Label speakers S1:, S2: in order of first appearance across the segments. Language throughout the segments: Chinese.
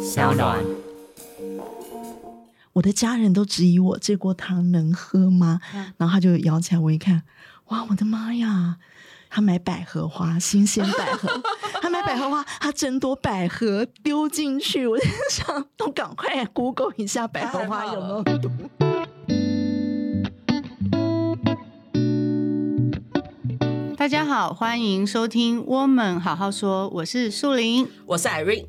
S1: 小暖。
S2: 我的家人都质疑我这锅汤能喝吗？
S3: 嗯
S2: 然后他就舀起来，我一看，哇，我的妈呀！他买百合花，新鲜百合，他买百合花，他整朵百合丢进去，我就想，都赶快 Google 一下百合花有没有毒。
S3: 大家好，欢迎收听《我们好好说》，我是树林
S1: 我是 Irene，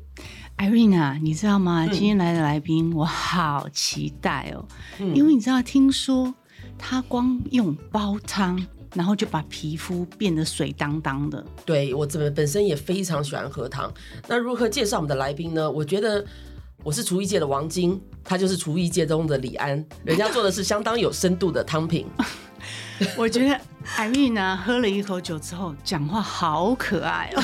S3: Irene 啊，你知道吗？今天来的来宾，我好期待哦，
S1: 嗯
S3: 因为你知道，听说他光用煲汤，然后就把皮肤变得水当当的，
S1: 对我这本身也非常喜欢喝汤。那如何介绍我们的来宾呢？我觉得我是厨艺界的王晶，他就是厨艺界中的李安，人家做的是相当有深度的汤 品。
S3: 我觉得 Irene 啊，喝了一口酒之后，讲话好可爱哦。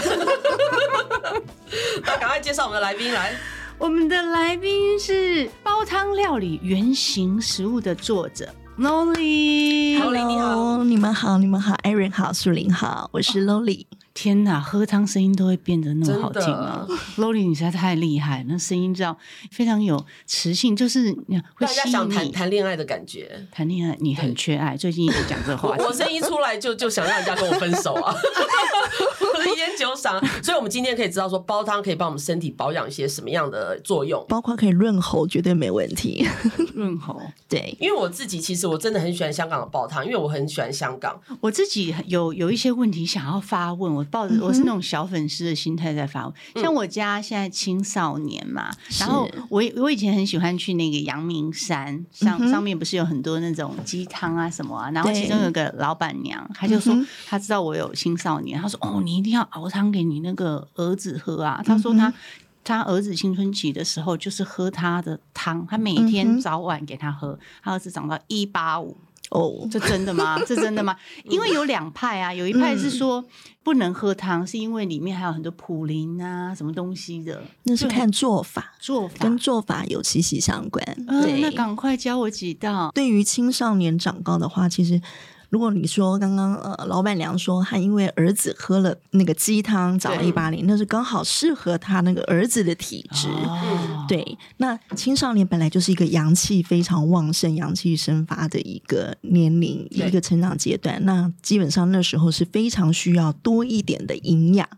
S1: 那赶快介绍我们的来宾 来。
S3: 我们的来宾是煲汤料理原型食物的作者 Lolly。
S1: Hello，你好
S2: Hello，你们好，你们好，艾瑞好，树林好，我是 Lolly。
S3: 天哪，喝汤声音都会变得那么好听啊
S1: 真
S3: ！Lolly，你实在太厉害，那声音这样非常有磁性，就是你会
S1: 让人家
S3: 吸
S1: 想
S3: 引
S1: 谈
S3: 你
S1: 谈恋爱的感觉。
S3: 谈恋爱。你很缺爱，最近一直讲这话
S1: 我
S3: 题。
S1: 我声音出来就就想让人家跟我分手啊， 我的烟酒嗓。所以，我们今天可以知道说，煲汤可以帮我们身体保养一些什么样的作用。
S2: 包括可以润喉，绝对没问题。
S3: 润喉，
S2: 对，
S1: 因为我自己其实我真的很喜欢香港的煲汤，因为我很喜欢香港。
S3: 我自己有有一些问题想要发问，我抱着我
S2: 嗯
S3: 是那种小粉丝的心态在发问。像我家现在青少年嘛，然后我以我以前很喜欢去那个阳明山
S2: 嗯
S3: 上、
S2: 哼
S3: 上面不是有很多那种鸡汤啊什么啊，然后
S2: 对
S3: 其中有个老板娘，她就说
S2: 嗯哼
S3: 她知道我有青少年，她说哦你一定要熬汤给你那个儿子喝啊，
S2: 嗯
S3: 她说她。她儿子青春期的时候，就是喝她的汤，她每
S2: 嗯
S3: 天
S2: 哼
S3: 早晚给他喝。她儿子长到一八五，
S2: 哦，
S3: 这真的吗？这真的 吗？
S2: 嗯
S3: 因为有两派啊，有一派是说不能喝汤，是因为里面还有很多普林啊什么东西的
S2: 那是看做法，
S3: 做法。
S2: 跟做法有息息相关。
S3: 嗯，
S2: 对，
S3: 那赶快教我几道。
S2: 对于青少年长高的话，其实如果你说刚刚呃老板娘说她因为儿子喝了那个鸡汤长了
S3: 对
S2: 一八零，那是刚好适合他那个儿子的体质。
S3: 哦，
S2: 对，那青少年本来就是一个阳气非常旺盛、阳气生发的一个年龄、
S1: 对
S2: 一个成长阶段。那基本上那时候是非常需要多一点的营养，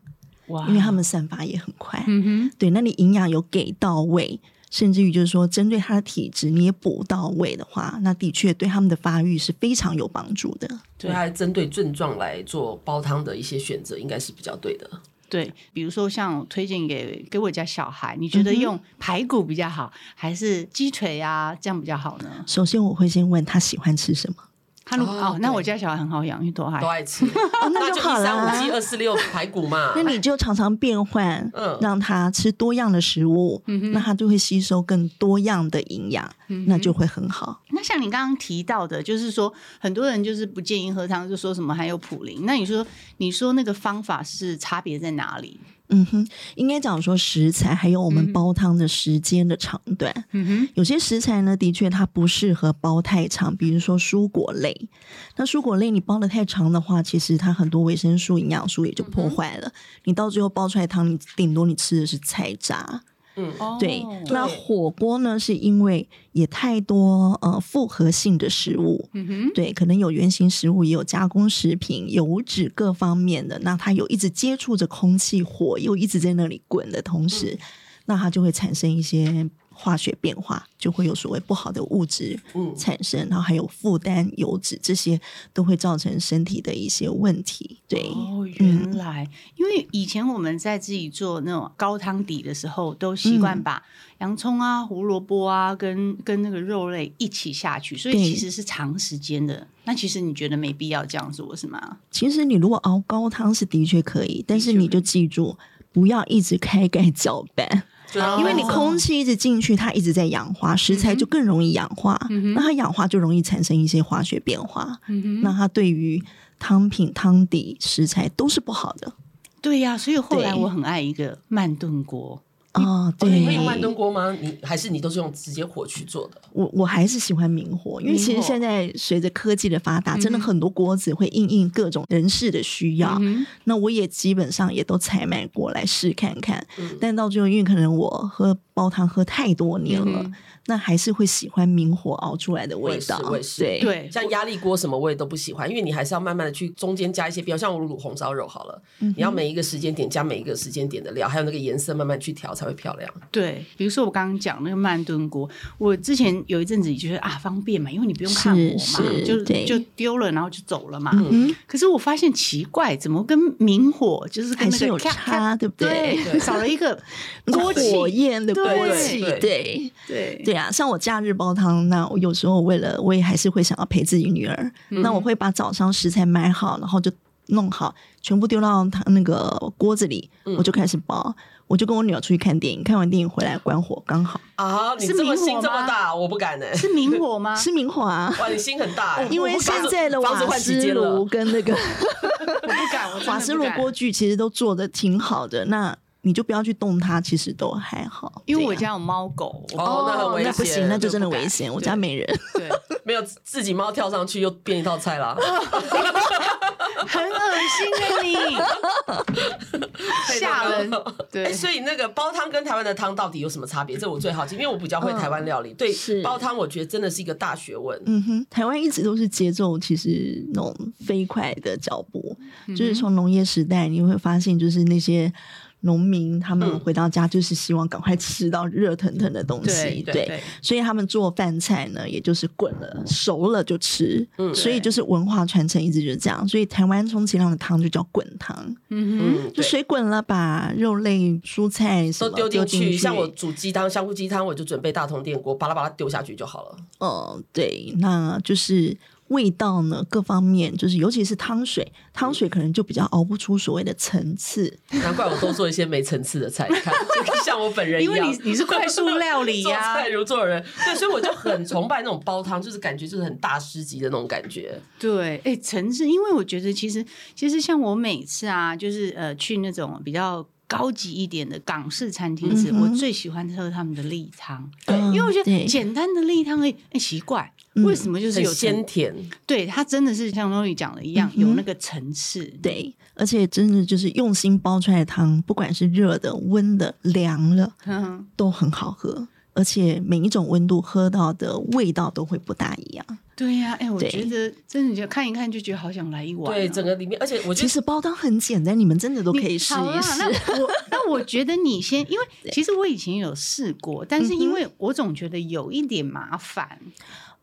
S3: 哇
S2: 因为他们散发也很快。
S3: 嗯
S2: 对，那你营养有给到位，甚至于就是说针对他的体质你也补到位的话，那的确对他们的发育是非常有帮助的。
S1: 所
S3: 对
S1: 以，还针对症状来做煲汤的一些选择，应该是比较对的。
S3: 哼，对，比如说像我推荐给给我家小孩，你觉得
S2: 嗯哼
S3: 用排骨比较好，还是鸡腿啊这样比较好呢？
S2: 首先我会先问他喜欢吃什 么，
S3: 他如果
S1: 哦
S3: 哦，那
S1: 对
S3: 我家小孩很好养，因为多爱
S1: 都爱吃，
S2: 哦那
S1: 就
S2: 就
S1: 一
S2: 好
S1: 三
S2: 啦
S1: 五七二四六排骨嘛。
S2: 那你就常常变换，
S1: 嗯
S2: 让他吃多样的食物，那他就会吸收更多样的营养，
S1: 嗯
S2: 那就会很好。
S3: 那像你刚刚提到的，就是说很多人就是不建议喝汤，就说什么含有普林。那你说，你说那个方法是差别在哪里？
S2: 嗯哼，应该讲说食材，还有我
S3: 嗯
S2: 们煲汤的时间的长短。
S3: 嗯哼，
S2: 有些食材呢，的确它不适合煲太长，比如说蔬果类。那蔬果类你煲的太长的话，其实它很多维生素、营养素也就破坏了。你到最后煲出来汤，你顶多你吃的是菜渣。
S1: 嗯，
S3: 哦
S2: 对，那
S1: 对
S2: 火锅呢，是因为也太多呃复合性的食物。
S3: 嗯哼，
S2: 对，可能有原型食物，也有加工食品、油脂各方面的。那它有一直接触着空气，火又一直在那里滚的同时，
S3: 嗯
S2: 那它就会产生一些化学变化，就会有所谓不好的物质
S1: 嗯
S2: 产生，然后还有负担、油脂这些都会造成身体的一些问题。对，
S3: 哦，原来，因为以前我们在自己做那种高汤底的时候，都习惯
S2: 嗯
S3: 把洋葱啊、胡萝卜啊，跟跟那个肉类一起下去，所以
S2: 对
S3: 其实是长时间的。那其实你觉得没必要这样做是吗？
S2: 其实你如果熬高汤是的确可以，但是
S3: 的确
S2: 你就记住。不要一直开盖搅拌，
S1: 就让它哦
S2: 因为你
S3: 哦
S1: 慢慢
S2: 空气一直进去，它一直在氧化，食
S3: 嗯
S2: 材就更容易氧化。那它氧化就容易产生一些化学变化，
S3: 嗯
S2: 那它对于汤品、汤底、食材都是不好的
S3: 对呀、所以后来
S2: 对
S3: 我很爱一个慢炖锅。
S2: 哦，
S1: 哦你
S2: 对
S1: 会，用慢炖锅吗？你还是你都是用直接火去做的？
S2: 我我还是喜欢明火，因为其
S3: 明
S2: 实
S3: 火嗯
S2: 现在随着科技的发达，真的很多锅子会应应各种人士的需要。
S3: 嗯哼嗯
S2: 那我也基本上也都采买过来试看看，但到最后因为可能我喝煲汤喝太多年了，
S3: 嗯哼
S2: 那还是会喜欢明火熬出来的
S1: 我
S2: 味
S1: 也是
S2: 道。
S1: 我也是
S2: 对
S3: 对
S1: 像压力锅什么我也都不喜欢，因为你还是要慢慢的去中间加一些，比如像我卤红烧肉好
S2: 嗯
S1: 了，你要每一个时间点加每一个时间点的料，还有那个颜色慢慢去调才会漂亮。
S3: 对，比如说我刚刚讲那个慢炖锅，我之前有一阵子也觉得啊方便嘛，因为你不用看火嘛
S2: 是，是
S3: 就
S2: 对
S3: 就丢了，然后就走了嘛。
S2: 嗯，
S3: 可是我发现奇怪，怎么跟明火就是跟
S2: 还
S3: 那
S2: 是
S3: 个
S2: 有
S3: 咔咔
S2: 差，对不对？
S3: 对，少了一个
S2: 那
S3: 锅
S2: 个火
S3: 气，
S2: 焰的锅
S3: 对
S2: 气，
S1: 对
S2: 对
S3: 对
S2: 对啊，像我假日煲汤，那我有时候为了我也还是会想要陪自己女儿，那我会把早上食材买好，然后就弄好，全部丢到她那个锅子里，我就开始煲。我就跟我女儿出去看电影，看完电影回来关火，刚好
S1: 啊，你
S3: 是
S1: 这么
S3: 明火
S1: 心这么
S3: 吗
S1: 大，我不敢欸呢、
S3: 是明火吗？
S2: 是明华、
S1: 哇，你心很大、欸，
S2: 哦因为
S1: 我
S2: 现
S1: 房子
S2: 在的
S1: 房子
S2: 瓦
S1: 换几
S2: 斯
S1: 间了
S2: 炉，跟那个
S3: 我不敢，我真的
S2: 瓦斯炉
S3: 不敢
S2: 锅具其实都做的挺好的，那你就不要去动它，其实都还好。
S3: 因为我
S2: 对啊
S3: 家有猫狗，我
S1: 哦那很危
S2: 那不
S1: 险
S2: 行，那就真的
S3: 不敢
S2: 危险。我
S3: 对
S2: 家没人，
S3: 啊对，
S1: 没有自己猫跳上去又变一道菜啦，
S3: 很恶心 欸的你，吓人。
S1: 哎、
S3: 对，
S1: 所以那个煲汤跟台湾的汤到底有什么差别？这我最好奇，因为我比较会台湾料理，
S2: 是
S1: 对煲汤我觉得真的是一个大学问。
S2: 嗯哼，台湾一直都是节奏其实那种飞快的脚步，就是从农业时代你会发现，就是那些农民他们
S1: 嗯
S2: 回到家就是希望赶快吃到热腾腾的东西，
S3: 对对对
S2: 所以他们做饭菜呢，也就是滚了熟了就吃，
S1: 嗯
S2: 所以就是文化传承一直就是这样，所以台湾充其量的汤就叫滚汤，
S3: 嗯
S1: 嗯，
S2: 就
S1: 对。
S2: 水滚了，把肉类、蔬菜什
S1: 都
S2: 么
S1: 丢进
S2: 进
S1: 去，像我煮鸡汤、香菇鸡汤，我就准备大铜电锅，巴拉巴拉丢下去就好了。
S2: 哦，对，那就是味道呢，各方面就是，尤其是汤水，汤水可能就比较熬不出所谓的层次。
S1: 难怪我都做一些没层次的菜，你看，就像我本人一
S3: 因
S1: 样。
S3: 为你你是快速料 理
S1: 做
S3: 呀
S1: 菜如做人，对，所以我就很崇拜那种煲汤，就是感觉就是很大师级的那种感觉。
S3: 对，哎，层次，因为我觉得其实其实像我每次啊，就是呃去那种比较高级一点的港式餐厅吃，
S2: 嗯哼
S3: 我最喜欢喝他们的例汤，
S1: 对
S2: 嗯
S3: 因为我觉
S2: 对
S3: 得简单的例汤，哎哎奇怪，
S2: 嗯
S3: 为什么就是
S1: 很
S3: 有层
S1: 鲜甜，
S3: 对，它真的是像 n o 讲的一样，
S2: 嗯哼
S3: 有那个层次。
S2: 对，而且真的就是用心煲出来的汤，不管是热的、温的、凉了，
S3: 嗯，
S2: 都很好喝。而且每一种温度喝到的味道都会不大一样。
S3: 对呀、哎，我
S2: 对
S3: 觉得真的就看一看就觉得好想来一碗哦、
S1: 对，整个里面，而且我觉
S2: 啊其
S1: 得
S2: 实煲汤很简单，你们真的都
S3: 你
S2: 可以试
S3: 好啊啦
S2: 一试。
S3: 那我那我觉得你先， 因为其实我以前有试过，但是
S2: 嗯哼
S3: 因为我总觉得有一点麻 烦。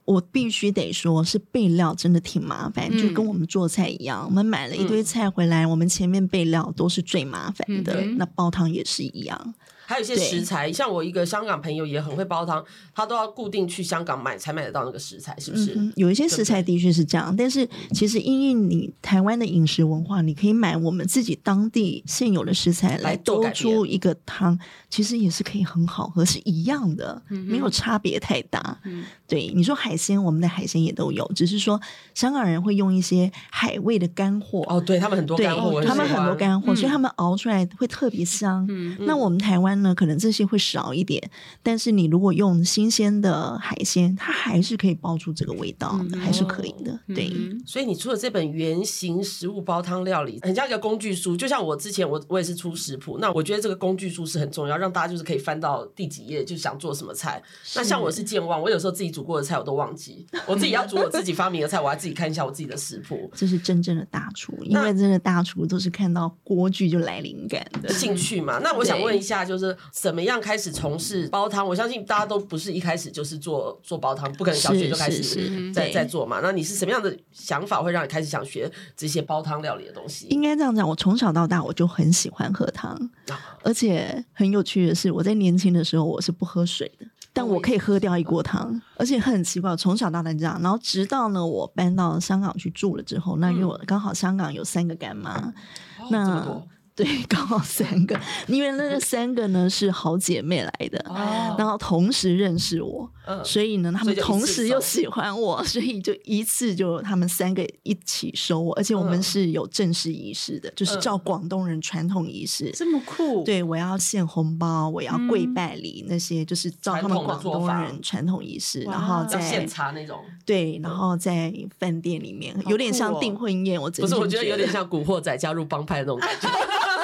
S2: 我必须得说，是备料真的挺麻烦，
S3: 嗯
S2: 就跟我们做菜一样，我们买了一堆菜回来，我们前面备料都是最麻烦的，
S3: 嗯哼
S2: 那煲汤也是一样。
S1: 还有一些
S2: 对
S1: 食材，像我一个香港朋友也很会煲汤，他都要固定去香港买才买得到那个食材，是不是？
S2: 嗯，有一些食材的确是这样，但是其实因应你台湾的饮食文化，你可以买我们自己当地现有的食材来
S1: 来做
S2: 煲
S1: 改变
S2: 出一个汤，其实也是可以很好喝，是一样的，没有差别太大。
S3: 嗯
S2: 对，你说海鲜，我们的海鲜也都有，只是说香港人会用一些海味的干货
S1: 哦，对他们很多
S2: 对
S1: 干货，我
S2: 他们
S1: 喜
S2: 很
S1: 欢
S2: 多干货，
S3: 嗯
S2: 所以他们熬出来会特别香。
S3: 嗯
S2: 那我们台湾呢，可能这些会少一点，但是你如果用新鲜的海鲜，它还是可以煲出这个味道的，
S3: 嗯
S2: 还是可以的。对，
S3: 嗯
S1: 所以你出了这本《原型食物煲汤料理》，很像一个工具书。就像我之前我我也是出食谱，那我觉得这个工具书是很重要，让大家就是可以翻到第几页就想做什么菜。那像我是健忘，我有时候自己煮过的菜我都忘记，我自己要煮我自己发明的菜，我要自己看一下我自己的食谱。
S2: 这是真正的大厨，因为真的大厨都是看到锅具就来灵感的。
S1: 兴趣
S2: 嗯
S1: 嘛，那我想问一下，就是怎么样开始从事煲汤？我相信大家都不是一开始就是做做煲汤，不可能小学就开
S2: 是是
S1: 始
S2: 是
S1: 在
S2: 对
S1: 在做嘛。那你是什么样的想法会让你开始想学这些煲汤料理的东西？
S2: 应该这样讲，我从小到大我就很喜欢喝汤，
S1: 啊
S2: 而且很有趣的是，我在年轻的时候我是不喝水的，但哦我可以喝掉一锅汤，而且很奇怪，我从小到大这样。然后直到呢，我搬到香港去住了之后，那因为我刚好香港有三个干妈，
S1: 哦
S2: 那
S1: 这么多
S2: 对，刚好三个，因为那个三个呢是好姐妹来的。
S1: 哦
S2: 然后同时认识我，
S1: 嗯
S2: 所以呢，他们
S1: 所以就一次
S2: 同时又
S1: 收
S2: 喜欢我，所以就一次就他们三个一起收我，而且我们
S1: 嗯
S2: 是有正式仪式的，就是
S1: 嗯
S2: 照广东人传统仪式，
S3: 这么酷，，
S2: 对，我要献红包，我要跪拜礼，那些就是照他
S1: 嗯传
S2: 们
S1: 统的
S2: 广
S1: 做
S2: 东
S1: 法
S2: 人传统仪式，然
S3: 哇
S2: 后
S1: 像现
S2: 在
S1: 茶那种，
S2: 对，然后在饭店里面，有点
S3: 酷
S2: 像
S3: 哦
S2: 订婚宴。我真
S1: 不是？
S2: 心
S1: 我觉得有点
S2: 得
S1: 像古惑仔加入帮派那种感觉，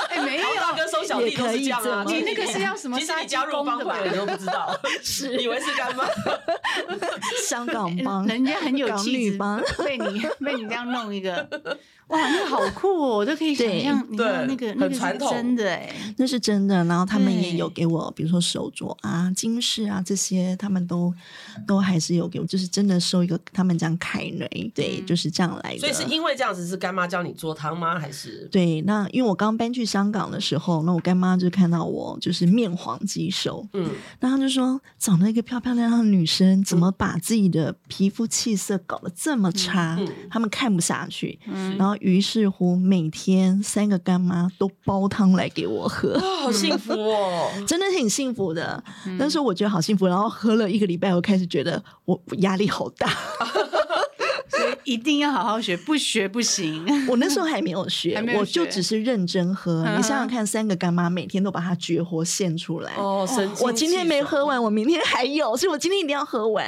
S3: 哎，没有，
S1: 大 哥跟松小弟都是这样
S2: 也可以这么
S1: 啊。其实
S3: 你那个是要什么
S1: 其实你
S3: 杀鸡
S1: 加入
S3: 公
S1: 帮
S3: 的吧
S1: 会了，你都不知 道，是以为是干妈。
S2: 香 港帮，
S3: 人家很有
S2: 港
S3: 气
S2: 女
S3: 质
S2: 帮，
S3: 被你 被你这样弄一个， 哇，那个好酷哦！我都可以想
S2: 对
S3: 象，你知道
S1: 对
S3: 那个
S1: 很
S3: 那个是
S1: 传统
S3: 真的哎，
S2: 那是真的。然后他们也
S3: 对
S2: 有给我，比如说手镯啊、金饰啊这些，他们都都还是有给我，就是真的收一个他们这样凯雷，对，就是这样来的。
S1: 嗯所以是因为这样子，是干妈教你做汤吗？还是
S2: 对，那因为我刚搬去香港的时候，那我干妈就看到我就是面黄肌瘦，
S1: 嗯，
S2: 然后她就说长得一个漂漂亮亮的女生，怎么把自己的皮肤气色搞得这么差？
S1: 嗯
S2: 他们看不下去，
S3: 嗯
S2: 然后于是乎每天三个干妈都煲汤来给我喝。
S3: 嗯
S1: 哦，好幸福 哦！
S2: 真的挺幸福的，但是我觉得好幸福。然后喝了一个礼拜，我开始觉得我我压力好 大。
S3: 所以一定要好好学，不学不行。
S2: 我那时候还没有学，
S3: 还没有
S2: 我就
S3: 学
S2: 只是认真喝。
S3: 嗯哼
S2: 你想想看，三个干妈每天都把它绝活献出来，
S1: 哦，神经
S2: 我今天没
S1: 气爽
S2: 喝完，我明天还有，所以我今天一定要喝完。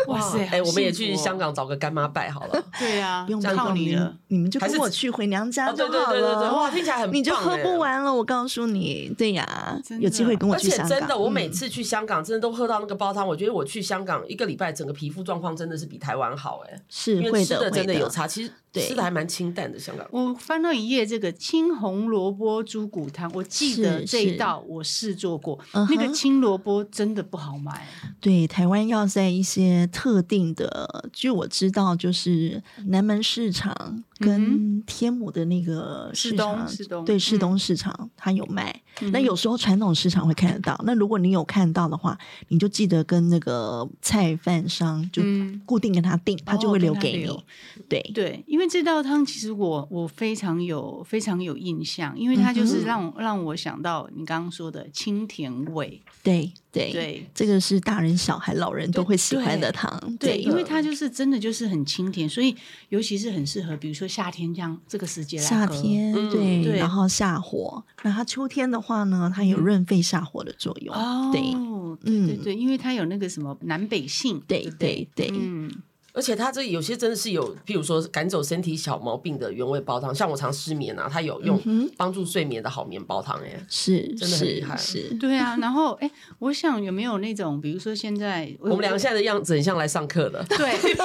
S3: 哇塞，
S1: 哎，我们也
S2: 哦
S1: 去香
S3: 港，
S1: 港找个干妈 拜好了。
S3: 对啊，
S2: 不用
S1: 这样
S3: 靠
S2: 管
S3: 你了。，
S2: 你们就跟
S1: 还是
S2: 我去回娘家
S1: 哦，
S2: 就
S1: 对
S2: 好
S1: 对
S2: 了。
S1: 对对对，哇，听起来很
S2: 你就喝不
S1: 棒哎。
S2: 完了，我告诉你，对呀
S3: 真，的
S2: 有机会跟我
S1: 而
S2: 去
S1: 且
S2: 香港。
S1: 真的，我每
S2: 嗯
S1: 次去香港，真的都喝到那个煲汤。我觉得我去香港一个礼拜，整个皮肤状况真的是比台湾好哎，
S2: 是
S1: 因为
S2: 会
S1: 吃
S2: 的，
S1: 的
S2: 会
S1: 真的有差。其实
S2: 对
S1: 吃的还蛮清淡的，香港。
S3: 我翻到一页这个青红萝卜猪骨汤，我记得
S2: 是
S3: 这一
S2: 是
S3: 道我试做过，
S2: 嗯
S3: 那个
S2: 哼
S3: 青萝卜真的不好买，
S2: 对，台湾要在一些特定的，据我知道，就是南门市
S1: 嗯
S2: 场跟天母的那个
S3: 市
S2: 市场，
S3: 东市东
S2: 对市
S3: 嗯
S2: 东市场它有卖。
S1: 嗯
S2: 那有时候传统市场会看得到，那如果你有看到的话，你就记得跟那个菜贩商就
S3: 嗯
S2: 固定跟他订，他就
S3: 哦
S2: 会
S3: 跟
S2: 留
S3: 他
S2: 给
S3: 留
S2: 你。对，
S3: 对，因为这道汤其实我我非常有非常有印象，因为它就是让我、让我想到你刚刚说的清甜味，
S2: 对，对，
S3: 对
S2: 这个是大人、小孩、老人都
S3: 对
S2: 会喜欢的
S3: 对
S2: 糖。
S3: 对，因
S2: 对，
S3: 为它就是真的就是很清甜，所以尤其是很适合，比如说夏天这样这个时节来
S2: 夏
S3: 喝
S2: 天
S1: 嗯
S2: 对，
S3: 对
S2: 然后下火，那它秋天的话呢，它有润肺下火的作用。
S3: 哦，
S2: 对。
S3: 对对
S2: 嗯
S3: 对，因为它有那个什么南北杏，
S2: 对
S3: 不
S2: 对对，
S3: 嗯，
S1: 而且它这有些真的是有，譬如说赶走身体小毛病的原味煲汤，像我常失眠啊，它有用
S2: 嗯
S1: 帮助睡眠的好眠煲汤哎、
S2: 是
S1: 真的很厉
S2: 是
S1: 害
S2: 是，
S3: 对啊。然后哎，我想有没有那种，比如说现在
S1: 我们两个现在的样子很像来上课的，
S3: 对，不是因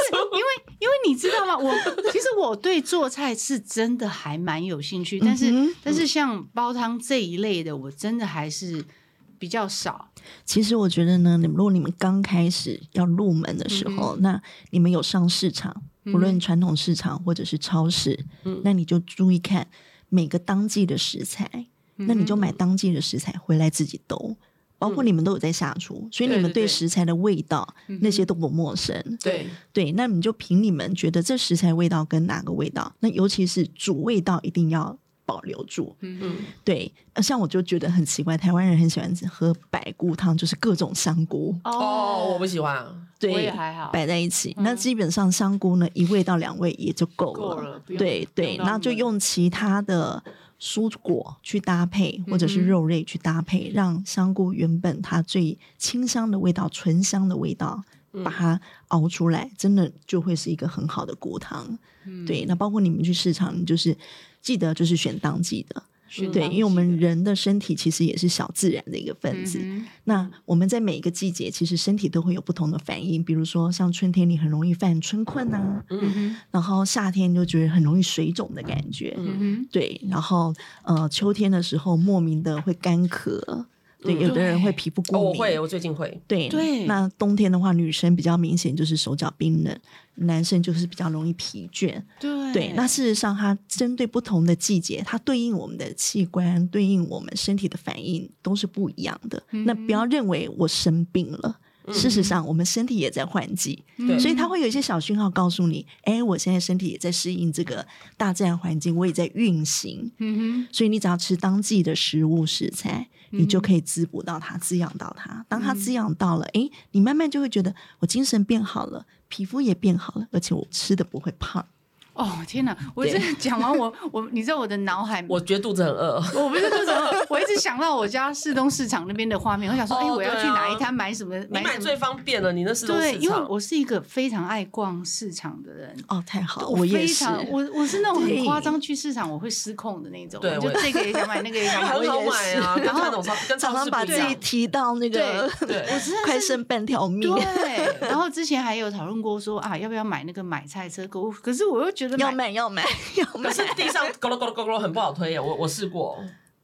S3: 为因为你知道吗？我其实我对做菜是真的还蛮有兴趣，但是、
S2: 嗯哼
S3: 但是像煲汤这一类的，我真的还是比较少。
S2: 其实我觉得呢，你们如果你们刚开始要入门的时候，那你们有上市场，
S3: 嗯
S2: 不论传统市场或者是超市，那你就注意看每个当季的食材，
S3: 嗯
S2: 那你就买当季的食材回来自己兜。包括你们都有在下厨，所以
S3: 嗯对
S2: 你们
S3: 对嗯对
S2: 对食材的味道那些都不陌生。
S1: 对，
S2: 对，那你就凭你们觉得这食材味道跟哪个味道，那尤其是主味道一定要保留住。
S1: 嗯，
S2: 对，呃像我就觉得很奇怪，台湾人很喜欢喝百菇汤，就是各种香菇，
S1: 哦，我不喜欢啊，
S2: 对，
S3: 我也还好嗯
S2: 摆在一起。那基本上香菇呢，一味到两味也就够了。
S3: 够了不用
S2: 对对，
S3: 用到
S2: 那就
S3: 那么
S2: 用其他的蔬果去搭配，或
S3: 嗯
S2: 者是肉类去搭配，让香菇原本它最清香的味道、醇香的味道。
S3: 嗯
S2: 把它熬出来，真的就会是一个很好的菇汤。
S3: 嗯
S2: 对，那包括你们去市场，你就是记得就是选当季的，
S3: 选
S2: 对，
S3: 嗯当
S2: 因为我
S3: 季
S2: 们
S3: 的
S2: 人的身体其实也是小自然的一个分子。
S3: 嗯
S2: 那我们在每一个季节，其实身体都会有不同的反应。比如说，像春天你很容易犯春困啊，
S3: 嗯
S1: 嗯
S3: 哼
S2: 然后夏天就觉得很容易水肿的感觉，
S3: 嗯
S2: 对，然后呃，秋天的时候莫名的会干咳，对，有的人会皮肤过
S1: 哦，
S2: 敏，
S1: 我会，我最近会，
S2: 对
S3: 嗯对
S2: 那冬天的话，女生比较明显就是手脚冰冷，男生就是比较容易疲倦。
S3: 哼，对
S2: 对，那事实上，它针对不同的季节，它对应我们的器官、对应我们身体的反应都是不一样的。那不
S3: 嗯
S2: 要认为我生病了。事实上，我们身体也在换季，
S3: 嗯
S1: 对
S2: 所以它会有一些小讯号告诉你：哎，我现在身体也在适应这个大自然环境，我也在运行。
S3: 嗯
S2: 所以你只要吃当季的食物食材，你就可以滋补到它，滋养到它。当它滋养到了，诶，你慢慢就会觉得我精神变好了，皮肤也变好了，而且我吃的不会胖。
S3: 哼，哦天哪！我真的讲完我我，你知道我的脑海，
S1: 我觉得肚子很饿。
S3: 我不是肚子饿，我一直想到我家市东市场那边的画面，我想说，
S1: 哦
S3: 哎，我要
S1: 对啊
S3: 去哪一摊买什么？
S1: 你买
S3: 什么
S1: 最方便了，你那是东
S3: 对，
S1: 市
S3: 因为
S1: 场。
S3: 我是一个非常爱逛市场的人。
S2: 哦，太好，我也
S3: 非
S2: 是。
S3: 常，我我是那种很
S2: 对
S3: 夸张，去市场我会失控的那种，
S1: 对
S3: 我就
S1: 我
S3: 这个 也想买，那个也想买，我
S1: 很好
S3: 也
S1: 买啊，
S3: 是
S1: 跟
S3: 然
S1: 传
S3: 后
S1: 统超
S2: 常
S1: 跟超市
S2: 常
S1: 不
S2: 把
S1: 一
S2: 自己
S1: 样。
S2: 提到那个
S1: 对，
S3: 真的
S2: 快
S3: 是
S2: 剩半条命，
S3: 对，然后之前还有讨论过说啊，要不要买那个买菜车购物？可是我又觉得
S2: 要
S3: 买
S2: 买要买 要买
S1: 可。是地上咕噜咕噜咕噜很不好推耶，我我试过。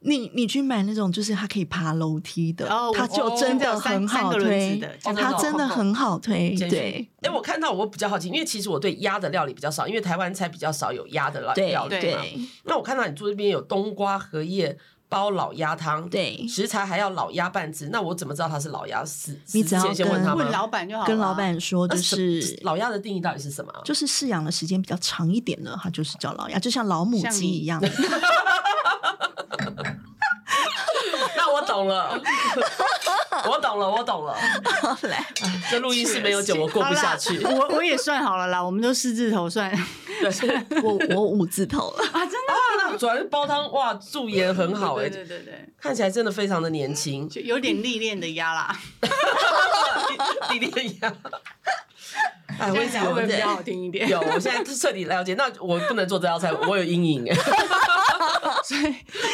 S2: 你你去买那种就是它可以爬楼梯的
S3: 哦，
S2: 它就真的很好
S3: 我
S2: 推
S3: 我真的
S1: 三
S3: 有，
S1: 三个轮子的
S2: 它真的很好推，
S1: 简讯
S2: 对。
S1: 哎、我看到我比较好奇，因为其实我对鸭的料理比较少，因为台湾菜比较少有鸭的料
S2: 对
S1: 料理嘛。
S2: 对
S1: 那我看到你做这边有冬瓜荷叶煲老鸭汤，
S2: 对，
S1: 食材还要老鸭半只，那我怎么知道它是老鸭？是
S2: 你只要
S1: 先先问
S2: 跟
S1: 他们
S3: 嗯问，老板就好了。啊
S2: 跟老板说
S1: 那
S2: 就
S1: 什
S2: 是
S1: 老鸭的定义到底是什么啊？
S2: 就是饲养的时间比较长一点的，它就是叫老鸭，就像老母
S3: 像
S2: 鸡
S3: 你
S2: 一样。
S1: 那我懂了，我懂了，我懂了。
S2: 来，
S1: 哎这录音室没有酒，我过不下去
S3: 好。啦我我也算好了啦，我们都四字头 算
S2: 我我五字头了，
S3: 啊，真的。
S1: 啊，那主要是煲汤哇，驻颜很好哎、
S3: 对对对对，
S1: 看起来真的非常的年 轻。
S3: 就有点历练的鸭啦，
S1: 弟弟一 样。哎，我
S2: 嗯
S3: 这
S1: 跟你
S3: 样讲
S1: 讲，我
S3: 会不会
S1: 们
S3: 比
S1: 这
S3: 较好听一点？
S1: 有，我现在彻底了解。那我不能做这道菜，我有阴 影哎。